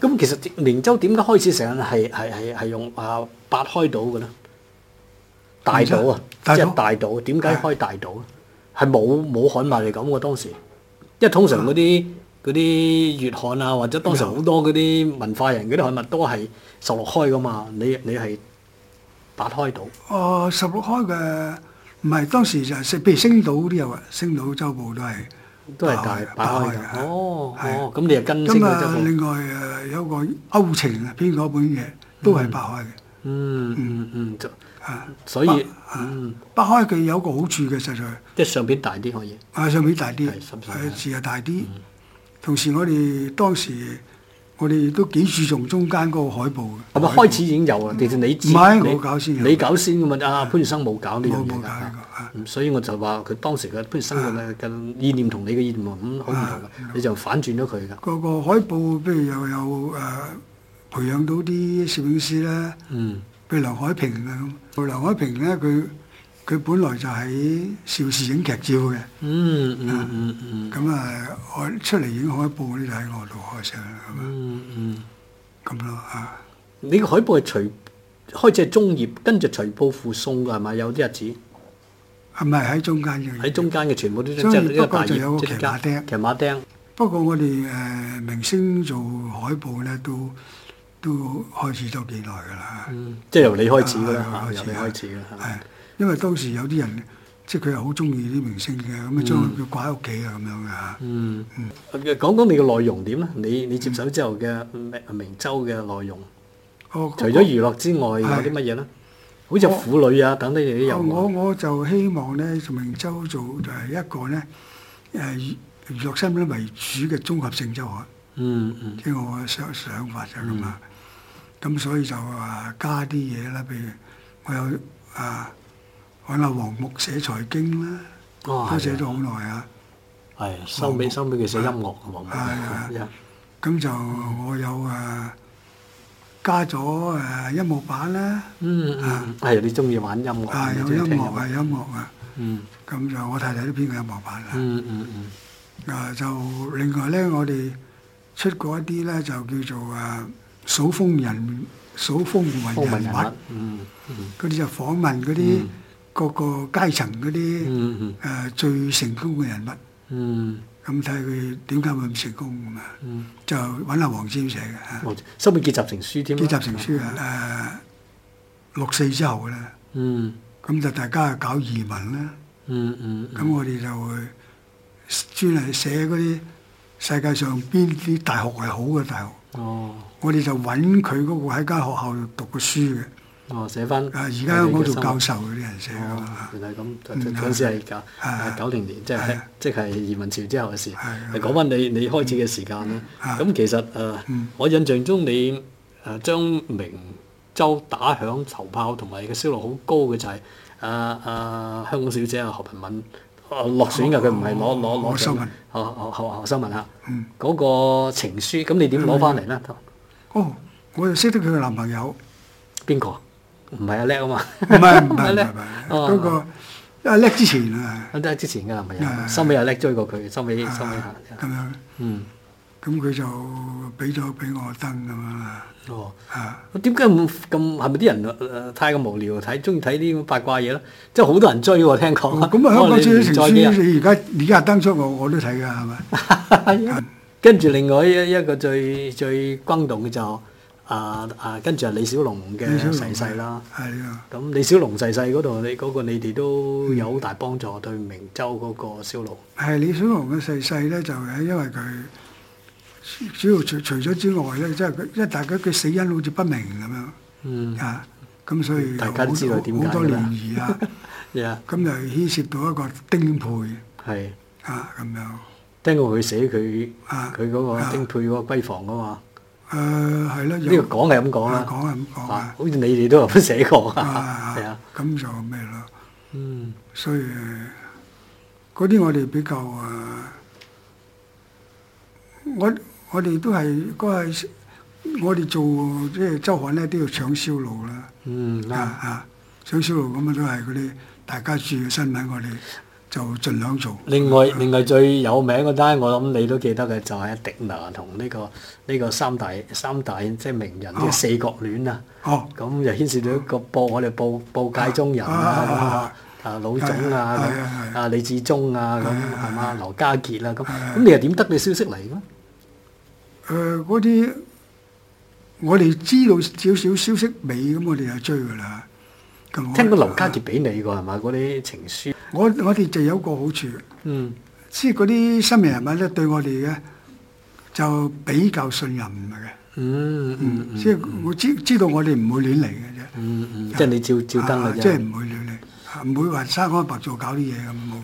咁其實連州點解開始成日係係係係用啊八開島嘅咧？大島啊，大島即係大島，點解開大島咧？啊係冇冇刊物嚟咁嘅當時，因為通啊常嗰啲嗰啲粵刊啊，或者當時嗯好多嗰啲文化人嗰啲刊物都係十六開噶嘛，你你係八開島，哦，十六開嘅唔係當時就係譬如星島都有啊，星島周報都係都係大八開嘅嘅。哦啊係哦，咁你就跟星咁嘅啊，啫另外誒有個歐情啊，編嗰本嘢都係白開嘅嗯嗯嗯，就啊。所以北嗯，白開佢有個好處嘅實在即係相片大啲可以。啊，上面大啲，係深水嗯誒字又大啲。同時我哋當時我哋都幾注重中間嗰個海報嘅。係咪開始已經有啊？其實你自嗯唔係你我搞先有你搞先噶嘛？啊，潘粵生冇搞呢樣冇嘢冇㗎搞呢個啊啊咁所以我就話佢當時嘅潘粵生嘅嘅意念同你嘅意念咁好唔同啊嘅，你就反轉咗佢㗎。個個海報，譬如又有誒、呃培養到啲攝影師咧，嗯譬如梁海平啊咁。梁海平咧，佢佢本來就喺邵氏影劇照嘅，嗯嗯嗯嗯咁啊，我出嚟影海報咧就喺我度開聲啦，咁啊嗯嗯，咁咯啊，你個海報係隨開始係中葉，跟住隨報附送㗎係咪？有啲日子啊係咪喺中間嘅？喺中間嘅全部都即中葉係呢個不過大就有葉，個即係騎馬釘騎馬釘。不過我哋誒、呃明星做海報咧，都都開始咗幾耐㗎啦。嗯即係由你開始㗎啦，嚇啊由你開始㗎啦。係，因為當時有啲人即係佢係好中意啲明星嘅，咁啊將佢掛喺屋企啊咁樣嘅嚇。嗯，講講你嘅內容點咧？你你接手之後嘅嗯明明州嘅內容，我除咗娛樂之外，有係啲乜嘢咧？好似婦女啊等等嘢都有我我喎。我就希望咧，明州做誒一個咧誒娛樂新聞為主嘅綜合性周刊，嗯嗯即係我嘅想想法就係咁啊。咁、所以就啊加啲嘢啦，譬如我有啊揾阿黃木寫財經啦，哦係啊都寫咗好耐啊。係收尾收尾佢寫音樂嘅喎。係嗯係啊咁就我有誒、啊加咗誒、啊音樂版啦，嗯嗯，係你中意玩音樂，啊你有中意音聽樂啊有音樂啊，嗯咁就我太太都編過音樂版啦。嗯嗯嗯，啊就另外咧，我哋出過一啲咧就叫做誒、啊、數風人數風風雲雲人人物，物嗰，嗯嗯啲就訪問嗰啲各個階層嗰啲嗯嗯誒最成功嘅人物，嗯咁睇佢點解會咁成功咁啊？嗯，就揾阿黃霑寫嘅嚇。哦收尾結集成書添啦。幾集成書啊！誒六四之後咧，嗯咁就大家搞移民啦，嗯嗯咁我哋就會專係寫嗰啲世界上邊啲大學係好嘅大學，嗯，哦我哋就揾佢嗰個喺間學校度讀過書嘅，哦寫翻。啊而家香港做生活教授嗰啲人寫噶哦嘛，，原來咁，嗯嗰陣時係九啊九零年，即係係啊即係移民潮之後嘅事。係講翻你你開始嘅時間啦。啊咁其實誒，嗯我印象中你誒將明州打響頭炮同埋嘅銷路好高嘅就係啊啊香港小姐啊何文敏啊哦落選㗎，佢唔係攞攞攞何秀獎文嘅，哦何何何何秀文嚇嗯。嗰個情書，咁你點攞翻嚟咧？哦，我就識得佢嘅男 朋友，邊個？唔係阿叻啊嘛，唔係唔係唔叻係唔係哦嗰個啊叻之前啊， 都係之前㗎係咪啊？啊收尾阿叻追過佢，收尾收尾啊嚇。咁樣，嗯，咁佢就俾咗俾我登咁樣啦，哦，啊。點解咁咁係咪啲人呃太咁無聊睇，中意睇啲咁八卦嘢咧？即係好多人追喎，聽講。咁啊，香港小姐成可能你唔在書，你而家而家登出我我都睇㗎，係咪？嘅人 跟住另外一一個最最轟動嘅就啊啊，跟住係李小龍嘅李小逝龍世啦。係嗯啊，咁李小龍逝世嗰度，你嗰、個你哋都有好大幫助對明州嗰個銷路。係李小龍嘅逝世咧，就係因為佢主要除除咗之外咧，即係佢，因為大家佢死因好似不明咁嗯樣，啊，咁所以大家都知道點解㗎啦好多聯 疑啊，呀，咁就牽涉到一個丁配係啊咁樣，聽過佢寫佢啊佢嗰個啊丁配嗰個閨房啊嘛。誒係啦，呢個講係咁講啊啦。講係咁講啊啊，好似你哋都有份寫過啊， 係啊啊，，咁就咩咯？嗯所以誒嗰啲我哋比較啊，我我哋都係嗰係我哋做即係周刊咧都要搶銷路啦，嗯啊啱。啊搶銷路咁啊都係嗰啲大家注意嘅新聞，我哋就盡量做。另外另外最有名嗰單，我諗你都記得嘅就係迪娜同呢、個呢、個三大三大即係名人嘅哦四角戀啊，哦，咁就牽涉到一個報我哋報報界中人啊啊啊咁啊啊，啊老總啊係啊係啊咁係啊啊李志忠啊咁係啊係啊係嘛，劉家傑啊咁，係啊咁你又點得你消息嚟嘅？誒呃嗰啲我哋知道少少消息尾，咁我哋就追㗎啦。咁我啊聽講劉家傑俾你喎係嘛？嗰啲情書，我我哋就有一個好處，嗯即係嗰啲新聞人物咧對我哋嘅就比較信任嘅，嗯嗯嗯，即係我知知道我哋唔會亂嚟嘅啫。嗯嗯，即係你照照啊燈嘅即係啫。唔會亂嚟，啊唔會話生安白做搞啲嘢咁冇。